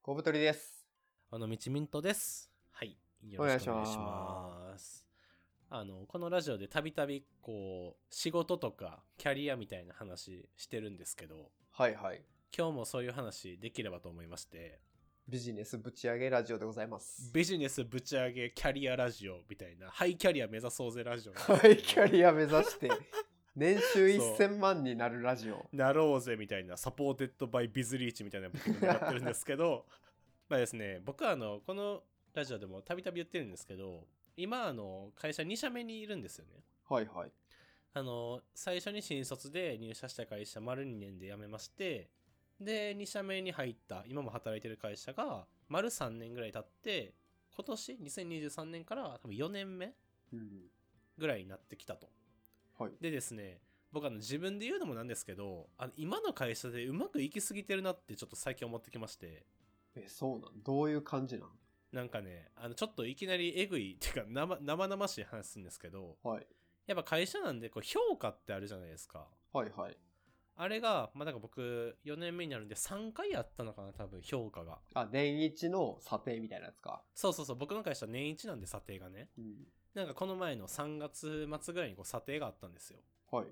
小太りです。あの、みちみんとです。はい。よろしくお願いします。あの、このラジオでたびたび、こう、仕事とかキャリアみたいな話してるんですけど、はいはい。今日もそういう話できればと思いまして、ビジネスぶち上げラジオでございます。ビジネスぶち上げキャリアラジオみたいな、ハイキャリア目指そうぜラジオ。はい、キャリア目指して、年収1000万になるラジオ。なろうぜみたいなサポーテッドバイビズリーチみたいな僕もやってるんですけどまあですね僕はあのこのラジオでもたびたび言ってるんですけど今あの会社2社目にいるんですよねはいはい。あの最初に新卒で入社した会社丸2年で辞めましてで2社目に入った今も働いてる会社が丸3年ぐらい経って今年2023年から多分4年目うん。ぐらいになってきたとはい。でですね僕あの自分で言うのもなんですけどあの今の会社でうまくいきすぎてるなってちょっと最近思ってきましてえ、そうなんどういう感じなんなんかねあのちょっといきなりえぐいっていうか生生々しい話するんですけどはい。やっぱ会社なんでこう評価ってあるじゃないですかはいはい。あれが、まあ、なんか僕4年目になるんで3回やったのかな多分評価があ、年一の査定みたいなやつか。そうそうそう僕の会社年1なんで査定がねうん。なんかこの前の3月末ぐらいにこう査定があったんですよはい。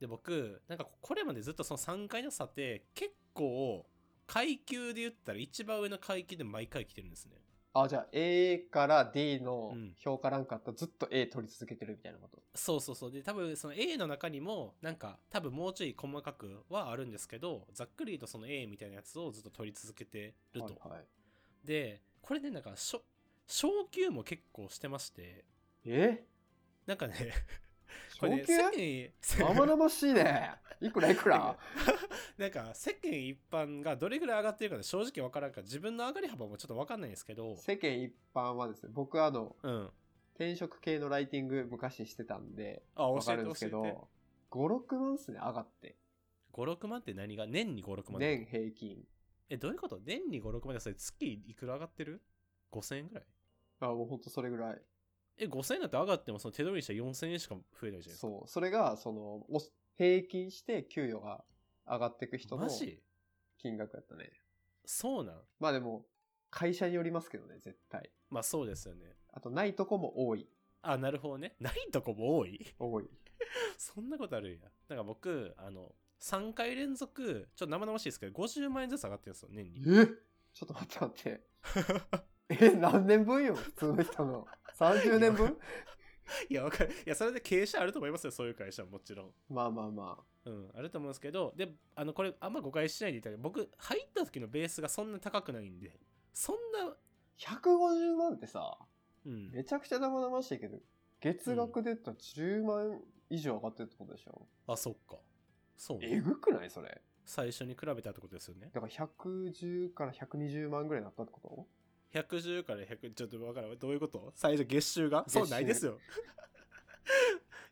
で僕なんかこれまでずっとその3階の査定結構階級で言ったら一番上の階級で毎回来てるんですねあ、じゃあ A から D のうん評価ランクあったらずっと A 取り続けてるみたいなこと。そうそうそうで多分その A の中にもなんか多分もうちょい細かくはあるんですけどざっくり言うとその A みたいなやつをずっと取り続けてると、はいはい。でこれでなんかしょ昇給も結構してましてえなんかね昇ね級世間生々しいね。いくらいくら なんか世間一般がどれぐらい上がってるかで正直わからんから自分の上がり幅もちょっとわかんないんですけ ど世間一般はですね、僕あの、うん転職系のライティング昔してたんで、あ教わかえるてん教ですけえてど、5、6万ですね、上がって。 56万って何が年に56万年平均。えどういうこと年に56万でそれ月いくら上がってる ?5000 円ぐらいあ、もうほんとそれぐらい。え5000円だって上がってもその手取りにしたら4000円しか増えないじゃないですかそう。それが、その、お平均して給与が上がっていく人のマジ金額やったね。そうなんまあでも、会社によりますけどね、絶対。まあそうですよねあと、ないとこも多い。あなるほどねないとこも多い多い。そんなことあるんやなんか僕あの3回連続ちょっと生々しいですけど50万円ずつ上がってるんですよ年にえちょっと待って待って。 え、何年分よ普通の人の。30年分いやわかるいやそれで経営者あると思いますよそういう会社はもちろんまあまあまうん、あると思うんですけど、で、あの、これ、あんま誤解しないでいただけど僕、入った時のベースがそんな高くないんで、そんな、あ。150万ってさ、うん、めちゃくちゃ生々しいけど、月額で言ったら10万以上上がってるってことでしょ、あ、そっか。そうね、えぐくないそれ。最初に比べたってことですよね。だから110から120万ぐらいになったってこと110から100、ちょっとわからん。どういうこと最初、月収が月収そう、ないですよ。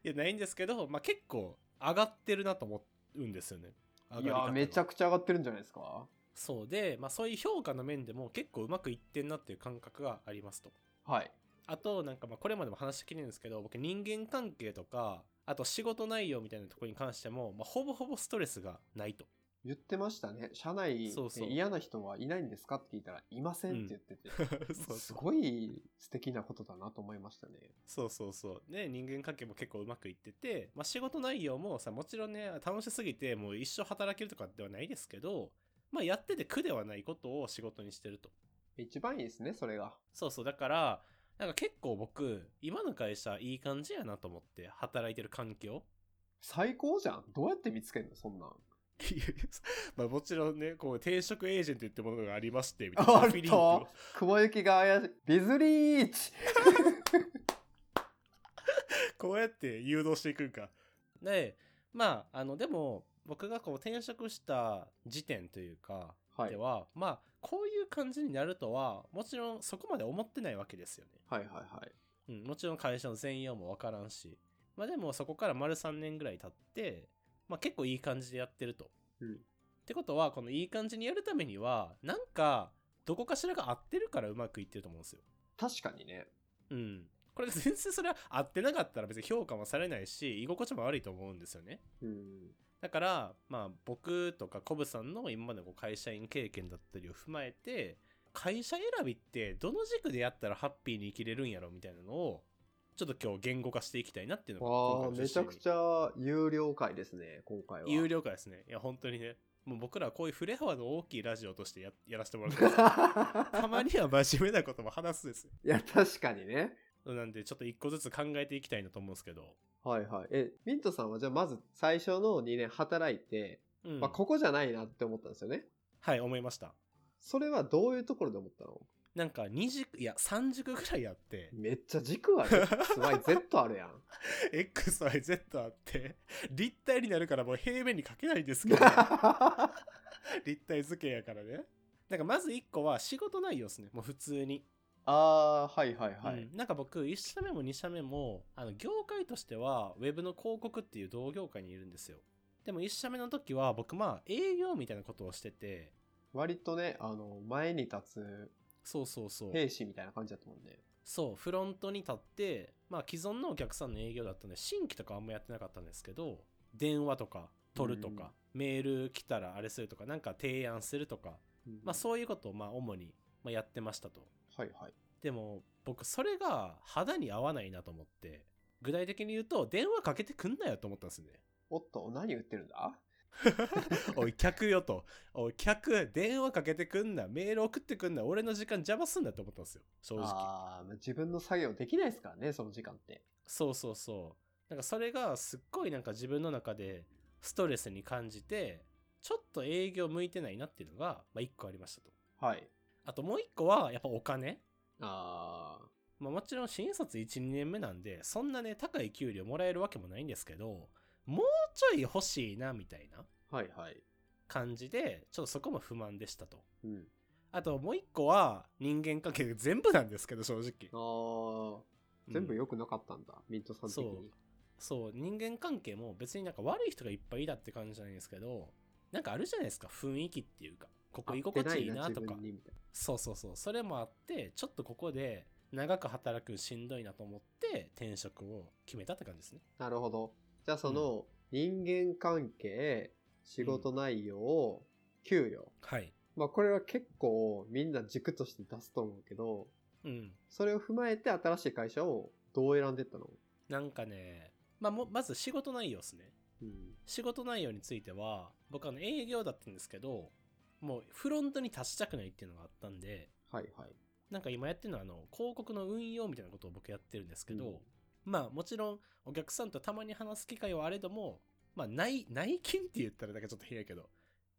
いや、ないんですけど、まあ、結構、上がってるなと思うんですよね。上がいり方やがめちゃくちゃ上がってるんじゃないですかそうで、まあ、そういう評価の面でも結構うまくいってんなっていう感覚がありますと。はい。あと、なんかまあこれまでも話してきてるんですけど、僕人間関係とか、あと仕事内容みたいなところに関しても、まあ、ほぼほぼストレスがな いと。言ってましたね。社内そうそうで嫌な人はいないんですかって聞いたら、いませんって言ってて。 そうすそうごい素敵なことだなと思いましたね。そうそうそう。ね、人間関係も結構うまくいってて、まあ、仕事内容もさ、もちろんね、楽しすぎて、もう一生働けるとかではないですけど、まあ、やってて苦ではないことを仕事にしてると。一番いいですね、それが。そうそう、だから、なんか結構僕、今の会社いい感じやなと思って、働いてる環境。最高じゃん。どうやって見つけるのそんなん。いや まあもちろんね、こう転職エージェントってものがありまして、みたいな。あフィリンクをと、雲行きが怪しい。ビズリーチこうやって誘導していくんか。で、まあ、あの、でも、僕がこう転職した時点というか、はいで。は、まあ、こういう感じになるとは、もちろんそこまで思ってないわけですよね。はいはいはい。うん、もちろん会社の全容もわからんし。まあでも、そこから丸3年ぐらい経って、まあ結構いい感じでやってると。うんってことは、このいい感じにやるためには、なんか、どこかしらが合ってるからうまくいってると思うんですよ。確かにね。うん。これ全然それは合ってなかったら別に評価もされないし、居心地も悪いと思うんですよね。うん。だから、まあ僕とかコブさんの今までのこう会社員経験だったりを踏まえて、会社選びってどの軸でやったらハッピーに生きれるんやろみたいなのをちょっと今日言語化していきたいなっていうのがわあ、今回の趣旨めちゃくちゃ有料会ですね、今回は。有料化ですねいや本当にねもう僕らはこういう振れ幅の大きいラジオとしてややらせてもらって ますたまには真面目なことも話すです いや、確かにね。なんでちょっと一個ずつ考えていきたいなと思うんですけど、はいはい。え、ミントさんはじゃあまず最初の2年働いて、うんまあ、ここじゃないなって思ったんですよね。はい思いましたそれはどういうところで思ったのなんか2軸いや3軸ぐらいあってめっちゃ軸あ る。XYZ あるやん。 XYZ あって立体になるからもう平面に書けないんです けどは立体図形やからねなんかまず1個は仕事内容ですねもう普通に、あー、はいはいはい。うんなんか僕1社目も2社目もあの業界としてはウェブの広告っていう同業界にいるんですよでも1社目の時は僕まあ営業みたいなことをしてて割とね、あの、前に立つそうそうそう兵士みたいな感じだったもんね。そうフロントに立ってまあ既存のお客さんの営業だったんで新規とかあんまやってなかったんですけど電話とか取るとか、メール来たらあれするとかなんか提案するとか、うんまあそういうことをまあ主にまあやってましたとはいはい。でも僕それが肌に合わないなと思って具体的に言うと電話かけてくんなよと思ったんですねおっと、何言ってるんだおい客よとおい客電話かけてくんなメール送ってくんな俺の時間邪魔すんなと思ったんですよ正直あーまあ、自分の作業できないですからね、その時間って。そうそうそう。なんかそれがすっごいなんか自分の中でストレスに感じて、ちょっと営業向いてないなっていうのが、まあ一個ありましたと。はい。あともう一個はやっぱお金。ああ、まあもちろん新卒1、2年目なんで、そんなね、高い給料もらえるわけもないんですけど、もうちょい欲しいなみたいなはいはい。感じで、ちょっとそこも不満でしたと。うん。あともう一個は人間関係全部なんですけど、正直。ああ、全部良くなかったんだ、ミントさん的そうに。そう人間関係も別になんか悪い人がいっぱいいたって感じじゃないんですけどなんかあるじゃないですか雰囲気っていうかここ居心地いいなとか合ってないな自分にみたいなそうそうそうそれもあってちょっとここで長く働くのしんどいなと思って転職を決めたって感じですねなるほど。じゃあその、人間関係、仕事内容、給料。はいまあこれは結構みんな軸として出すと思うけど、うんそれを踏まえて新しい会社をどう選んでったのなんかね、まあ、もまず仕事内容ですねうん。仕事内容については僕あの営業だったんですけどもうフロントに立ちたくないっていうのがあったんではいはい。なんか今やってるのはあの広告の運用みたいなことを僕やってるんですけど、うんまあもちろんお客さんとたまに話す機会はあれども、まあ内、内勤って言ったらなんかちょっと変やけど、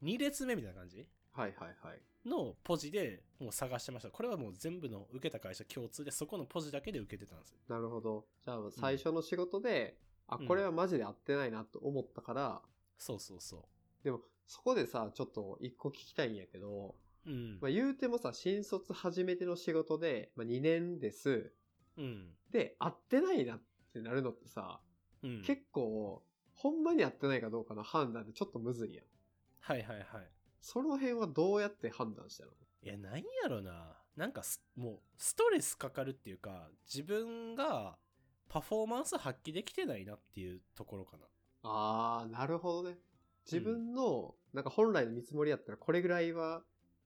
2列目みたいな感じはいはいはい。のポジでもう探してました。これはもう全部の受けた会社共通で、そこのポジだけで受けてたんですよ。なるほど。じゃあ最初の仕事で、あ、これはマジで合ってないなと思ったから、そうそうそでもそこでさ、ちょっと一個聞きたいんやけど、う。うん。まあ、言うてもさ、新卒初めての仕事で、まあ、2年です。うん。で、合ってないなってなるのってさ、うん。結構、ほんまに合ってないかどうかの判断でちょっとむずいやん。はいはいはい。その辺はどうやって判断したのいや、なんやろな。なんかす、もう、ストレスかかるっていうか、自分がパフォーマンス発揮できてないなっていうところかな。あー、なるほどね。自分の、なんか本来の見積もりやったらこれぐらいは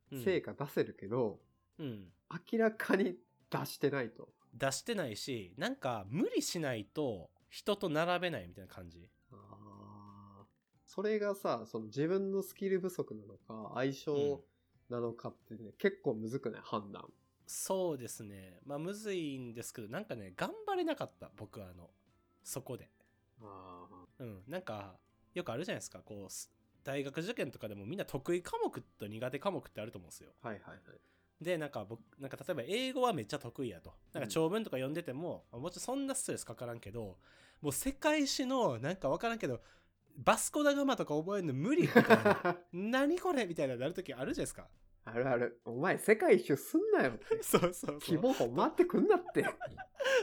うん成果出せるけど、うん。明らかに出してないと。出してないし、なんか無理しないと人と並べないみたいな感じ。あーそれがさ、その自分のスキル不足なのか、相性なのかってね、結構むずくない判断。そうですね。まあむずいんですけど、なんかね、頑張れなかった。僕はあの、そこで。あーうん。なんか、よくあるじゃないですか。こう、す大学受験とかでもみんな得意科目と苦手科目ってあると思うんですよ。はいはいはい。で、なんか僕、なんか例えば英語はめっちゃ得意やと。なんか長文とか読んでても、あもちろんそんなストレスかからんけど、もう世界史の、なんかわからんけど、バスコダガマとか覚えるの無理みたいな。何これみたいななる時あるじゃないですか。 あるある。お前、世界一周すんなよって。そうそうそ希う。望を待ってくんなって。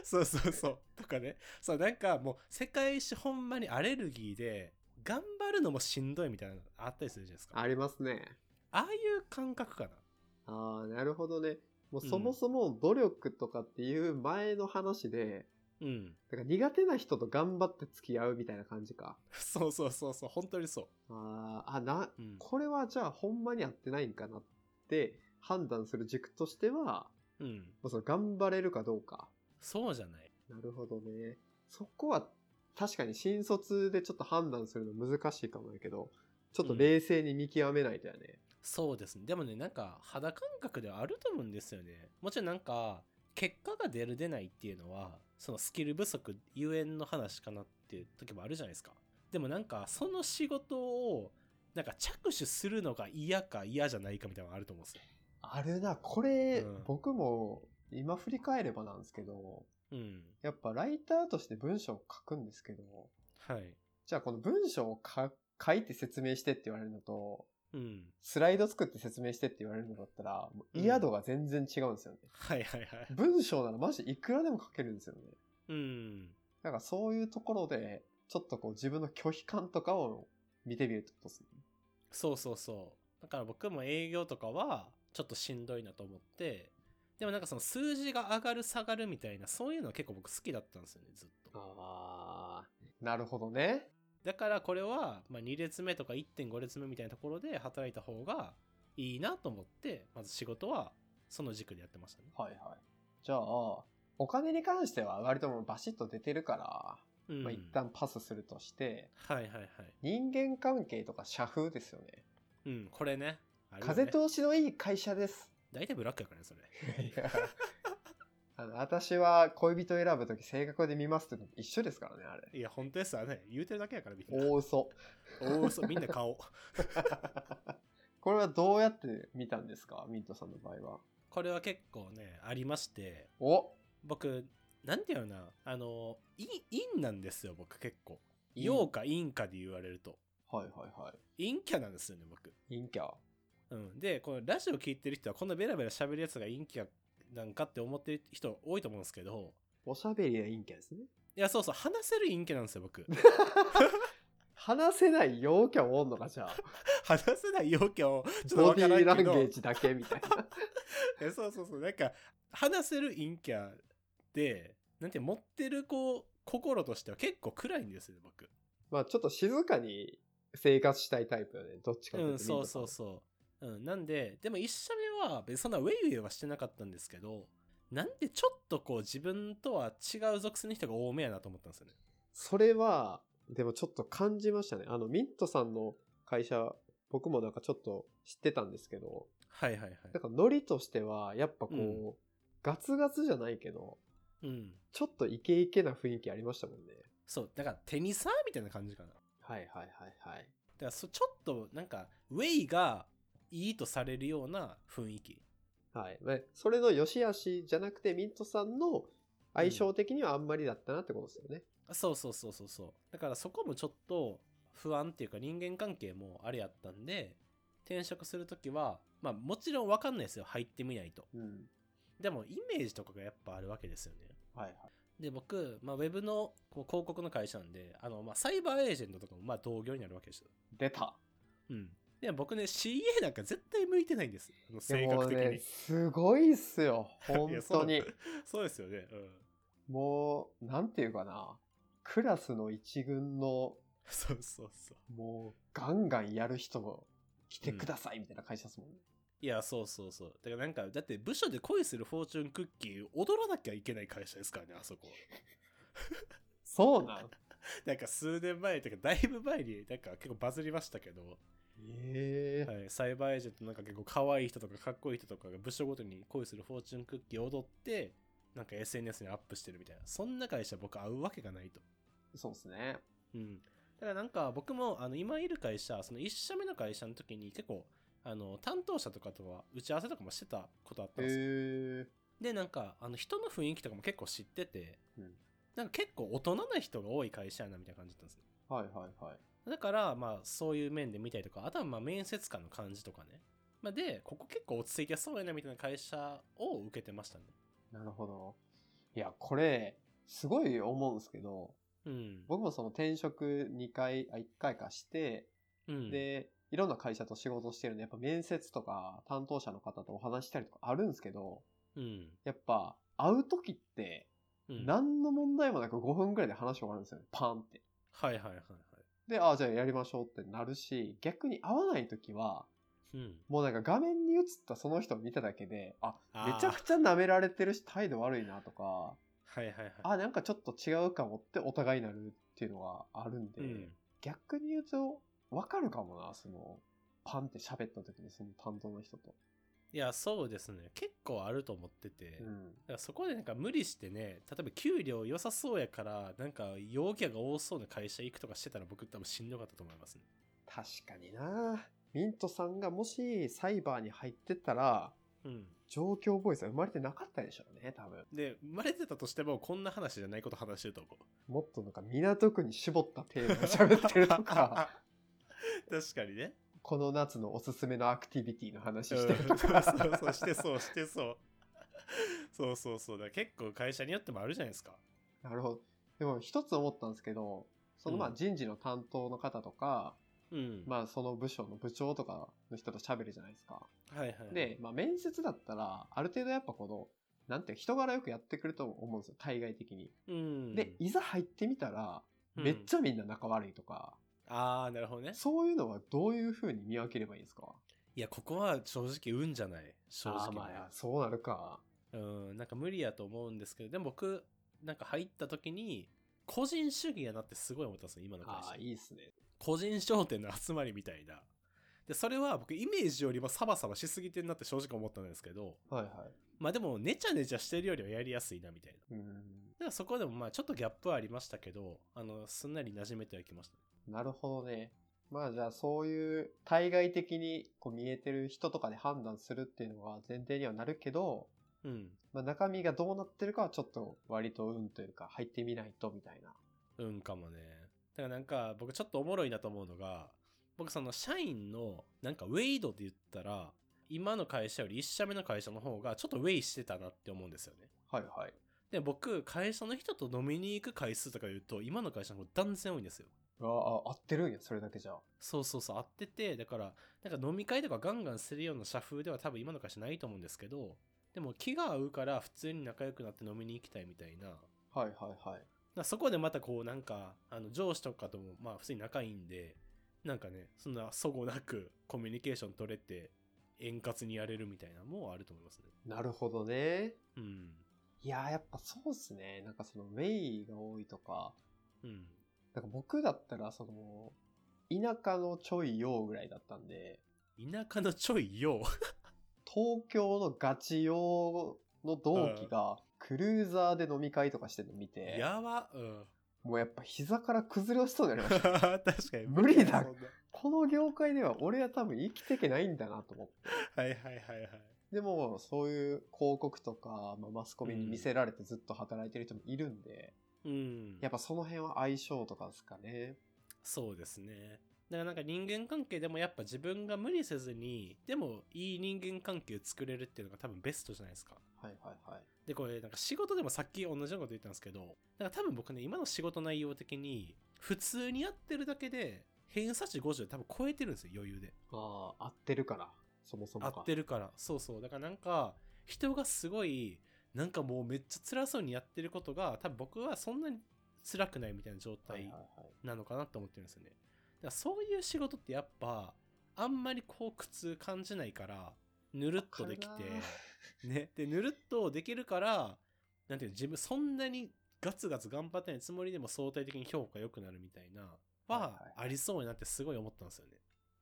そうそうそう。とかね。そう、なんかもう世界史ほんまにアレルギーで、頑張るのもしんどいみたいなのあったりするじゃないですか。あありますね。あいう感覚かな。ああ、なるほどね。もううんそもそも努力とかっていう前の話で、うん。だから苦手な人と頑張って付き合うみたいな感じか。 そうそうそうそう。本当にそあーあ、な、う。うん。これはじゃあほんまに合ってないんかなって判断する軸としては、うん。まあその頑張れるかどうか。そうじゃない。なるほどね。そこは確かに新卒でちょっと判断するの難しいかもやけど、ちょっと冷静に見極めないとやね。そうですね。でもね、なんか肌感覚ではあると思うんですよね。もちろんなんか、結果が出る出ないっていうのは、そのスキル不足ゆえんの話かなっていう時もあるじゃないですか。でもなんか、その仕事を、なんか着手するのが嫌か嫌じゃないかみたいなのがあると思うんですよ。あるな、これ、うん僕も今振り返ればなんですけど、うん。やっぱライターとして文章を書くんですけど、はい。じゃあこの文章をか書いて説明してって言われるのと、うん。スライド作って説明してって言われるのだったら、もう嫌度が全然違うんですよね。はいはいはい。文章ならマジいくらでも書けるんですよね。うん。なんかそういうところで、ちょっとこう自分の拒否感とかを見てみるってことですね。そうそうそう。だから僕も営業とかはちょっとしんどいなと思って、でもなんかその数字が上がる下がるみたいな、そういうのは結構僕好きだったんですよね、ずっと。ああ、なるほどね。だからこれは、まあ、2列目とか1.5列目みたいなところで働いた方がいいなと思って、まず仕事はその軸でやってましたね。はいはい。じゃあ、お金に関しては割ともうバシッと出てるから、うん。まあ一旦パスするとして、はいはいはい。人間関係とか社風ですよね。うん、これね。あれよね風。通しのいい会社です。大体ブラックやからね、それ。いや あの私は恋人選ぶとき性格で見ますってのと一緒ですからね、あれ。いや、本当ですわね。言うてるだけやから、みんな。大嘘。おお、そう、みんな顔。 これはどうやって見たんですかミントさんの場合は。これは結構ね、ありまして、お僕、なんていうのかな、あの、陰、陰なんですよ、僕結構。陰陽か陰かで言われると。はいはいはい。陰キャなんですよね、僕。陰キャ。うん。で、このラジオ聞いてる人は、こんなベラベラ喋るやつが陰キャなんかって思ってる人多いと思うんですけど、おしゃべりな陰キャですね。いや、そうそう、話せる陰キャなんですよ、僕。 話せない陽キャおんのか、じゃあ。話せない陽キャを、 ちょっとボわデかィらーんけどランゲージだけみたいな。 えそうそうそうなんか話せる陰キャでなんていうの持ってるこう心としては結構暗いんですよね僕まあちょっと静かに生活したいタイプよね。どっちかといううんと。そうそミうントさそう、うん、なんででも一社目は別にそんなウェイウェイはしてなかったんですけどなんでちょっとこう自分とは違う属性の人が多めやなと思ったんですよねそれは、でもちょっと感じましたね。あの、ミントさんの会社、僕もなんかちょっと知ってたんですけど、はいはいはいなんかノリとしては、やっぱこう、うんガツガツじゃないけど、うんちょっとイケイケな雰囲気ありましたもんね。そうだからテニサーみたいな感じかなだかはいはいはいはい。らそちょっとなんかウェイがいいとされるような雰囲気はい。まあそれの良し悪しじゃなくて、ミントさんの相性的にはあんまりだったなってことですよね。そうそうそうそうそう。だからそこもちょっと不安っていうか人間関係もあれやったんで、転職するときは、まあもちろんわかんないですよ。入ってみないと。うん。でもイメージとかがやっぱあるわけですよね。はいはい。で、僕、まあウェブのこう広告の会社なんで、あの、まあサイバーエージェントとかもまあ同業になるわけですよ。出た。うん。でも僕ね、CA なんか絶対向いてないんです。あの性も格う的に。ね、すご いっすよ。本いやそ当うに。そうですよね。うん。もう、なんていうかな。クラスの一軍の、そうそうそう。もう、ガンガンやる人も来てくださいみたいな会社ですもんね。いや、そうそうそう。だからなんか、だって部署で恋するフォーチュンクッキー踊らなきゃいけない会社ですからね、あそ こ。そうなんなんか数年前とか、だいぶ前に、なんか結構バズりましたけど、ええはい、サイバーエージェントなんか結構可愛い人とかかっこいい人とかが部署ごとに恋するフォーチュンクッキー踊って、なんか SNS にアップしてるみたいな。そんな会社僕会うわけがないと。そうですね。うん。だからなんか僕も、あの、今いる会社、その1社目の会社の時に結構、あの、担当者とかとは打ち合わせとかもしてたことあったんですよ。ええでなんかあの人の雰囲気とかも結構知ってて、うんなんか結構大人な人が多い会社やなみたいな感じだったんですねはいはいはい。だからまあそういう面で見たりとかあとはまあ面接官の感じとかね、まあ、でここ結構落ち着いてそうやなみたいな会社を受けてましたねなるほど。いや、これ、すごい思うんですけど、うん、僕もその転職2回、あ、1回かして、うん、で、いろんな会社と仕事してるんで、やっぱ面接とか担当者の方とお話したりとかあるんですけど、うん、やっぱ会う時って、うん、はい何の問題もなく5分くらいで話終わるんですよね。パーンって。はいはいはいで、ああ、じゃあやりましょうってなるし、逆に会わない時は、うん。もうなんか画面に映ったその人を見ただけで、あ、あーめちゃくちゃ舐められてるし態度悪いなとか、はいはいはい。あ、なんかちょっと違うかもってお互いになるっていうのがあるんで、うん。逆に言うと、わかるかもな、その、パンって喋った時にその担当の人と。いや、そうですね。結構あると思ってて。うん。だからそこでなんか無理してね、例えば給料良さそうやから、なんか陽キャが多そうな会社行くとかしてたら僕多分しんどかったと思いますね。確かになミントさんがもしサイバーに入ってたら、うん。状況ボイスは生まれてなかったでしょうね、多分。で、生まれてたとしてもこんな話じゃないこと話してると思う。 もっとなんか港区に絞ったテーマで喋ってると か、確かにね。この夏のおすすめのアクティビティの話うん してるとか。そうそうそう、してそう、してそう。そうそうそう。だから結構会社によってもあるじゃないですか。なるほど。でも一つ思ったんですけど、そのまうあん人事の担当の方とか、うん。まあその部署の部長とかの人と喋るじゃないですか。はいはい。で、、まあ面接だったら、ある程度やっぱこの、なんていう人柄よくやってくると思うんですよ、対外的に。うん。で、いざ入ってみたら、めっちゃ。ゃみんな仲悪いとか、ああ、なるほどね。そういうのはどういうふうに見分ければいいんですかいや、ここは正直運じゃない。正あ直ーね、まあ、そうなるか。うん、なんか無理やと思うんですけど、でも僕、なんか入った時に、個人主義やなってすごい思ったんですよ、今のああ、会社。いいっすね。個人商店の集まりみたいな。で、それは僕、イメージよりもサバサバしすぎてんなって正直思ったんですけど、はいはまあでも、ネチャネチャしてるよりはやりやすいな、みたいな。い。うん。だからそこでもまあ、ちょっとギャップはありましたけど、あの、すんなり馴染めてはいきましたね。なるほどね。まあじゃあそういう対外的にこう見えてる人とかで判断するっていうのが前提にはなるけど、うん。まあ、中身がどうなってるかはちょっと割と運というか入ってみないとみたいな。うんかもね。だからなんか僕ちょっとおもろいなと思うのが、僕その社員のなんかウェイドって言ったら、今の会社より1社目の会社の方がちょっとウェイしてたなって思うんですよね。はいはい。で、僕、会社の人と飲みに行く回数とか言うと、今の会社の方が断然多いんですよ。あーあ、合ってるんや、それだけじゃ。そうそうそう、合ってて、だから、なんか飲み会とかガンガンするような社風では多分今の会社ないと思うんですけど、でも気が合うから普通に仲良くなって飲みに行きたいみたいな、はいはいはい。だからそこでまたこうなんかあの上司とかともまあ普通に仲いいんでなんかねそんな齟齬なくコミュニケーション取れて円滑にやれるみたいなのもあると思いますねなるほどね。うんいやーやっぱそうっすね。なんかそのウェイが多いとか、うんなんか僕だったらその、田舎のちょいようぐらいだったんで、田舎のちょいよ東京のガチ用の同期がクルーザーで飲み会とかしてるの見て、やばうん もうやっぱ膝から崩れ落ちそうになりまし確 た。かに無理だそんなこの業界では俺は多分生きてけないんだなと思って。はいはいはいはいでも、そういう広告とか、まあ、マスコミに見せられてずっと働いてる人もいるんで、うんやっぱその辺は相性とかですかね。そうですねだからなんか人間関係でもやっぱ自分が無理せずにでもいい人間関係作れるっていうのが多分ベストじゃないですかはいはいはい。で、これ、なんか仕事でもさっき同じようなこと言ったんですけど、なんか多分僕ね、今の仕事内容的に、普通にやってるだけで、偏差値50多分超えてるんですよ、余裕で。ああ、合ってるから、そもそ合もが。ってるから。そうそう。だからなんか、人がすごい、なんかもうめっちゃ辛そうにやってることが、多分僕はそんなに辛くないみたいな状はい態はいはい。なのかなと思ってるんですよね。だからそういう仕事ってやっぱ、あんまりこう苦痛感じないから、ぬるっとできわかてるな、ね。で、ぬるっとできるから、なんていうの、自分そんなにガツガツ頑張ってないつもりでも相対的に評価良くなるみたいな、はいははいありそうになってすごい思ったんですよね。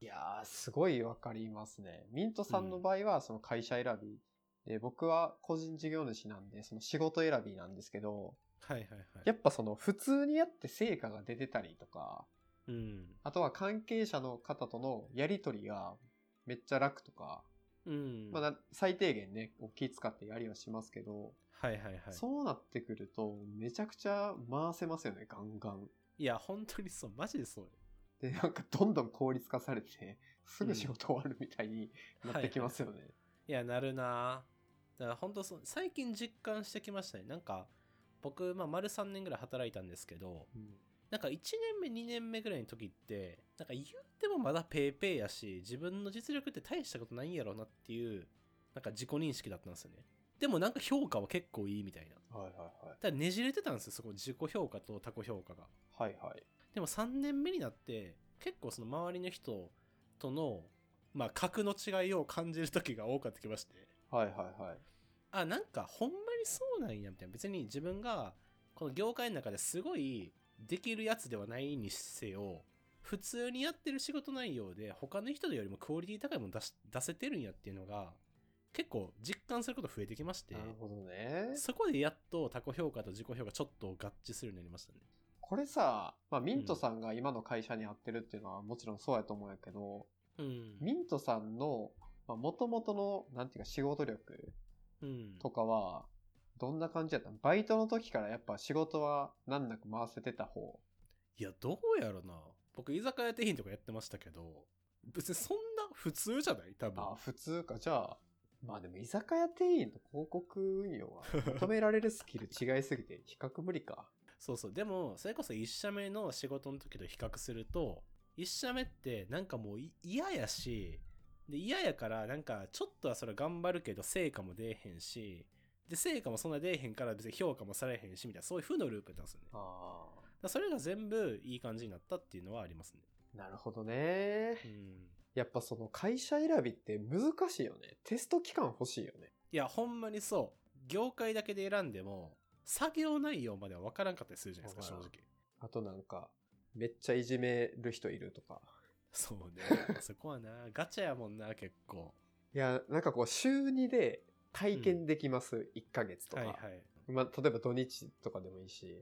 いやー、すごいわかりますね。ミントさんの場合は、その会社選び。で、僕は個人事業主なんで、その仕事選びなんですけど、はいはいはい。やっぱその普通にやって成果が出てたりとか、うん。あとは関係者の方とのやりとりがめっちゃ楽とか、うん。まあな、最低限ね、こう気使ってやりはしますけど、はいはいはい。そうなってくると、めちゃくちゃ回せますよね、ガンガン。いや、本当にそう、マジでそうよ。で、なんかどんどん効率化されて、すぐ仕事終わるみたいになってきますよね。いや、なるなぁだから本当そう、最近実感してきましたね。なんか、僕、まあ、丸3年ぐらい働いたんですけど、うんなんか1年目、2年目ぐらいの時って、なんか言ってもまだペーペーやし、自分の実力って大したことないんやろうなっていう、なんか自己認識だったんですよね。でもなんか評価は結構いいみたいな。はいはいはい。ただねじれてたんですよ、そこ自己評価と他己評価が。はいはい。でも3年目になって、結構その周りの人とのまあ、格の違いを感じる時が多かった気がして、はいはいはい。あ、なんかほんまにそうなんや、みたいな。別に自分が、この業界の中ですごいできるやつではないにせよ、普通にやってる仕事内容で他の人よりもクオリティ高いもの出し出せてるんやっていうのが、結構実感すること増えてきましてな、るほどね。そこでやっと他己評価と自己評価ちょっと合致するようになりましたね。これさ、まあ、ミントさんが今の会社にやってるっていうのはもちろんそうやと思うんやけど、うん。ミントさんの、まあ、元々の、なんていうか仕事力うん。とかは、どんな感じやったのバイトの時からやっぱ仕事は難なく回せてた方。いや、どうやろな。僕、居酒屋店員とかやってましたけど、別にそんな普通じゃない多分。あ、普通か。じゃあ、まあでも居酒屋店員と広告運用は 求められるスキル違いすぎて比較無理か。そうそう。でも、それこそ1社目の仕事の時と比較すると、1社目ってなんかもうい嫌やし、で、嫌やからなんかちょっとはそれ頑張るけど成果も出えへんし、で、成果もそんな出えへんから別に評価もされへんし、みたいな、そういう負のループだったんですよね。だか あらそれが全部いい感じになったっていうのはありますね。あ、なるほどね。うん。やっぱその会社選びって難しいよね。テスト期間欲しいよね。いや、ほんまにそう。業界だけで選んでも、作業内容までは分からんかったりするじゃないですか、正わか直らん。あとなんか、めっちゃいじめる人いるとか。そうね。 そこはな、ガチャやもんな、結構。いや、なんかこう、週2で体験できます。1ヶ月とか。はいはい。まあ、例えば土日とかでもいいし。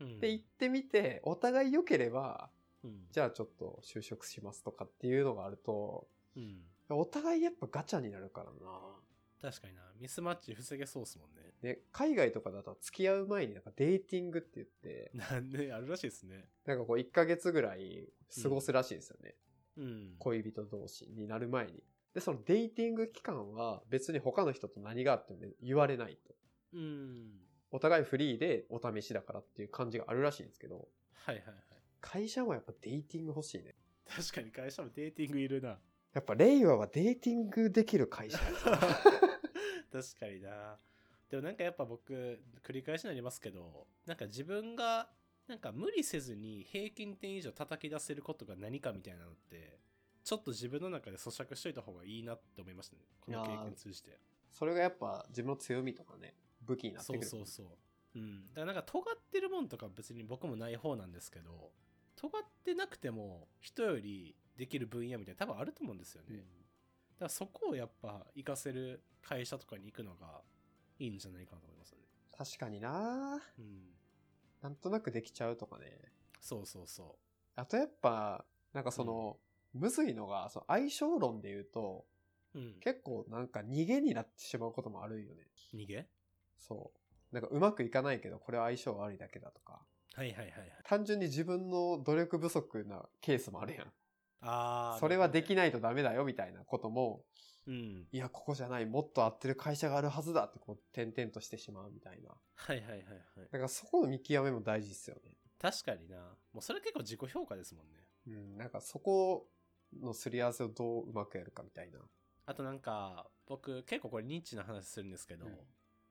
うんで、行ってみて、お互い良ければ、うんじゃあちょっと就職しますとかっていうのがあると、うん。お互いやっぱガチャになるからな。確かにな。ミスマッチ防げそうっすもんね。ね、海外とかだと付き合う前になんかデーティングって言って、なんで、あるらしいですね。なんかこう1ヶ月ぐらい過ごすらしいんですよね。うん。恋人同士になる前に。で、そのデイティング期間は別に他の人と何があっても言われないと。うん。お互いフリーでお試しだからっていう感じがあるらしいんですけど、はいはいはい。会社もやっぱデイティング欲しいね。確かに会社もデーティングいるな。 やっぱ令和はデイティングできる会社やな確かにな。でもなんかやっぱ僕、繰り返しになりますけど、なんか自分が、なんか無理せずに平均点以上叩き出せることが何かみたいなのって、ちょっと自分の中で咀嚼しといた方がいいなって思いましたね。この経験通じて。それがやっぱ自分の強みとかね、武器になってそくうる。そうそう。うん。だからなんか尖ってるもんとか別に僕もない方なんですけど、尖ってなくても人よりできる分野みたいな多分あると思うんですよね。うんだからそこをやっぱ活かせる会社とかに行くのがいいんじゃないかなと思いますね。確かになうん。なんとなくできちゃうとかね。そうそうそあとやっぱ、なんかその、むずいのが、その相性論で言うと、う。うん。結構なんか逃げになってしまうこともあるよね。逃げそう。なんかうまくいかないけど、これは相性悪いだけだとか。はいはいはいはい。単純に自分の努力不足なケースもあるやん。あーそれはできなないとダメだよみたいなことも、るほどね。うん。いや、ここじゃない、もっと合ってる会社があるはずだってこう、点々としてしまうみたいな。はいはいはいはい。だからそこの見極めも大事ですよね。確かにな。もうそれ結構自己評価ですもんね。うん、なんかそこのすり合わせをどううまくやるかみたいな。あとなんか、僕結構これニッチな話するんですけど、うん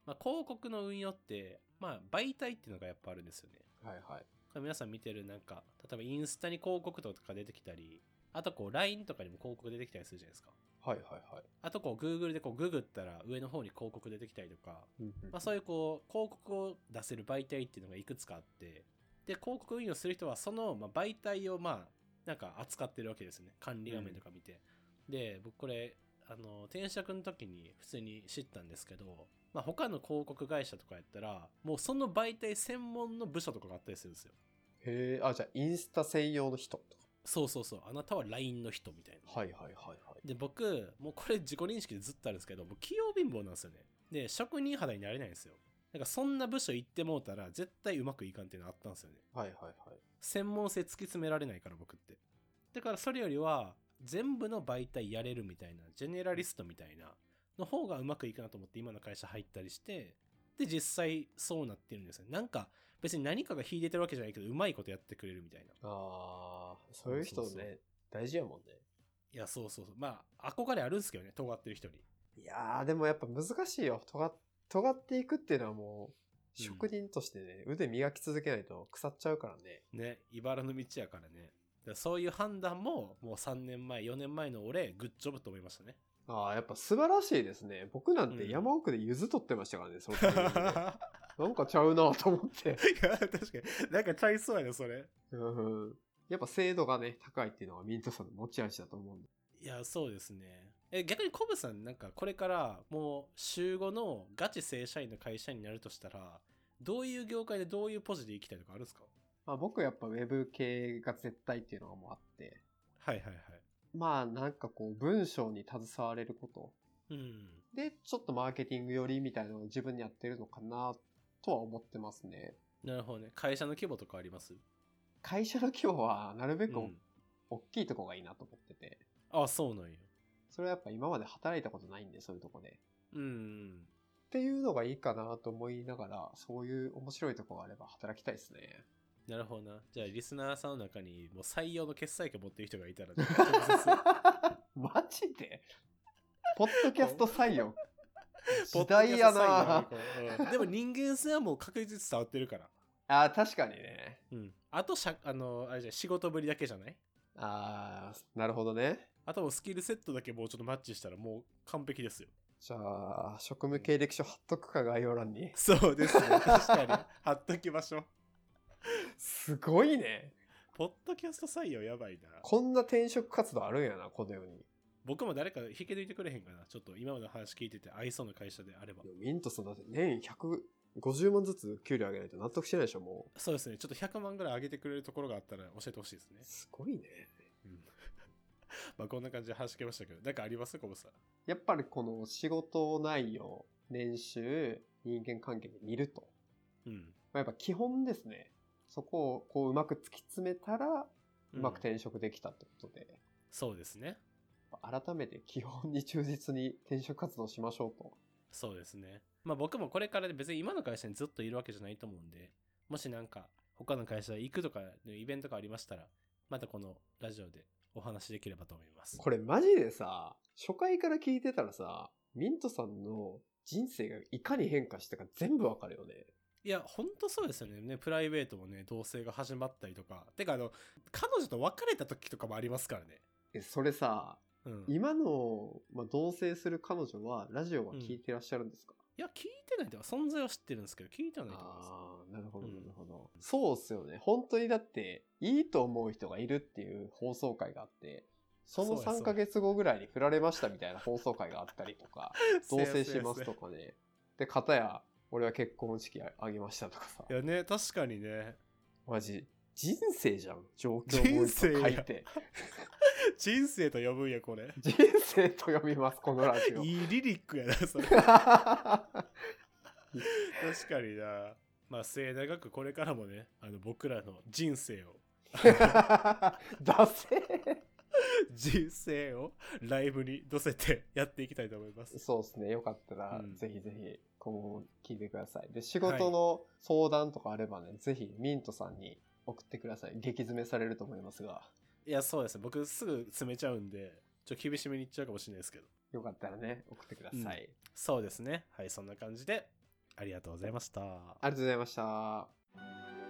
まあ、広告の運用って、まあ、媒体っていうのがやっぱあるんですよね。はいはい。これ皆さん見てるなんか、例えばインスタに広告とか出てきたり、あとこう LINE とかにも広告出てきたりするじゃないですか。はいはいはい。あとこう Google でこうググったら上の方に広告出てきたりとか、うんうんまあ、そういうこう広告を出せる媒体っていうのがいくつかあって、で、広告運用する人はそのまあ媒体をまあ、なんか扱ってるわけですよね。管理画面とか見て。で、僕これ、あの、転職の時に普通に知ったんですけど、まあ他の広告会社とかやったら、もうその媒体専門の部署とかがあったりするんですよ。へえ、あ、じゃあインスタ専用の人とか。そうそうそう、あなたは LINE の人みたいな。はいはいはいはい。で、僕、もうこれ自己認識でずっとあるんですけど、僕、器用貧乏なんですよね。で、職人肌になれないんですよ。なんかそんな部署行ってもうたら、絶対うまくいかんっていうのあったんですよね。はいはいはい。専門性突き詰められないから、僕って。だからそれよりは、全部の媒体やれるみたいな、ジェネラリストみたいな、の方がうまくいくなと思って今の会社入ったりして、で、実際そうなってるんですよ。なんか、別に何かが秀でてるわけじゃないけど、うまいことやってくれるみたいな。ああ、そういう人ね、そうそうそう大事やもんね。いや、そうそうそう。まあ、憧れあるんですけどね、尖ってる人に。いやー、でもやっぱ難しいよ。尖っ尖っていくっていうのはもう、うん職人としてね、腕磨き続けないと腐っちゃうからね。ね、茨の道やからね。からそういう判断ももう3年前4年前の俺グッジョブと思いま したねああ、やっぱ素晴らしいですね。僕なんて山奥で柚子取ってましたからね、そのタイミングで なんかちゃうなと思って。いや確かになんかちゃいそうやねそれうんやっぱ精度がね、高いっていうのがミントさんの持ち味だと思うんで。いやそうですねえ逆にコブさんなんかこれからもう週5のガチ正社員の会社員になるとしたらどういう業界でどういうポジで行きたいとかあるんですかまあ僕はやっぱウェブ系が絶対っていうのがもうあって、はいはいはいまあなんかこう文章に携われることうんで、ちょっとマーケティング寄りみたいなのを自分にやってるのかなとは思ってますね。なるほどね会社の規模とかあります会社の規模はなるべくうん、大きいとこがいいなと思ってて、あそうなんよそれはやっぱ今まで働いたことないんで、そういうとこで。うんっていうのがいいかなと思いながら、そういう面白いとこがあれば働きたいです ね。なるほどなじゃあリスナーさんの中にもう採用の決済権持ってる人がい たらね直接マジでポッドキャスト採用。時代やなポッドキャスト採用のこれうんでも人間性はもう確実に伝わってるからあー確かにね。うんあとしゃあのあれじゃん仕事ぶりだけじゃないあーなるほどね。あともうスキルセットだけもうちょっとマッチしたらもう完璧ですよ。じゃあ、職務経歴書貼っとくか、概要欄に。そうですね。確かに。 貼っときましょう。すごいね。ポッドキャスト採用やばいな。こんな転職活動あるんやな、この世に。僕も誰か引き抜いてくれへんかな。ちょっと今までの話聞いてて愛想の会社であれば。ミントさんだって年150万ずつ給料上げないと納得しないでしょ、もう。そうですね。ちょっと100万ぐらい上げてくれるところがあったら教えてほしいですね。すごいね。うん、まあこんな感じで話聞けましたけど、なんかありますコブさん。やっぱりこの仕事内容、年収、人間関係で見ると。うん。まあ、やっぱ基本ですね。そこをこううまく突き詰めたら、うまくうん転職できたってことで、そうですね。改めて基本に忠実に転職活動しましょうと。そうですね。まあ僕もこれからで別に今の会社にずっといるわけじゃないと思うんで、もしなんか他の会社行くとかのイベントがありましたら、またこのラジオでお話しできればと思います。これマジでさ、初回から聞いてたらさ、ミントさんの人生がいかに変化したか全部わかるよね。いや、ほんとそうですよね。ね、プライベートもね、同棲が始まったりとか。てかあの、彼女と別れた時とかもありますからね。えそれさ、うん。い今の、まあ、同棲する彼女はラジオは聞いてらっしゃるんですか、や、聞いてないとか、存在は知ってるんですけど、聞いてはないと思います。ああ、なるほど、うんなるほど。そうっすよね。本当にだって、いいと思う人がいるっていう放送回があって、そそうのやそうや3ヶ月後ぐらいに振られましたみたいな放送回があったりとか、 同棲しますとと。かね。で、片や、俺は結婚式あげましたとかさい。やね、確かにね。マジ、人生じゃん。状況もう一度書いて。人生と呼ぶんや、これ。人生と読みます、このラジオ。 いいリリックやな、それ。確かにな。まあ末永くこれからもね、あの僕らの人生を、ダセー 人生をライブに乗せてやっていきたいと思います。そうですね。よかったら、うんぜひぜひ、今後も聞いてください。で、仕事の相談とかあればね、ぜひ、ミントさんに送ってください。激詰めされると思いますが、いや、そうですね。僕すぐ詰めちゃうんで、ちょっと厳しめにいっちゃうかもしれないですけど。よかったらね、送ってください。うんありそうですね。はい、そんな感じで、ありがとうございました。がとうございました。 「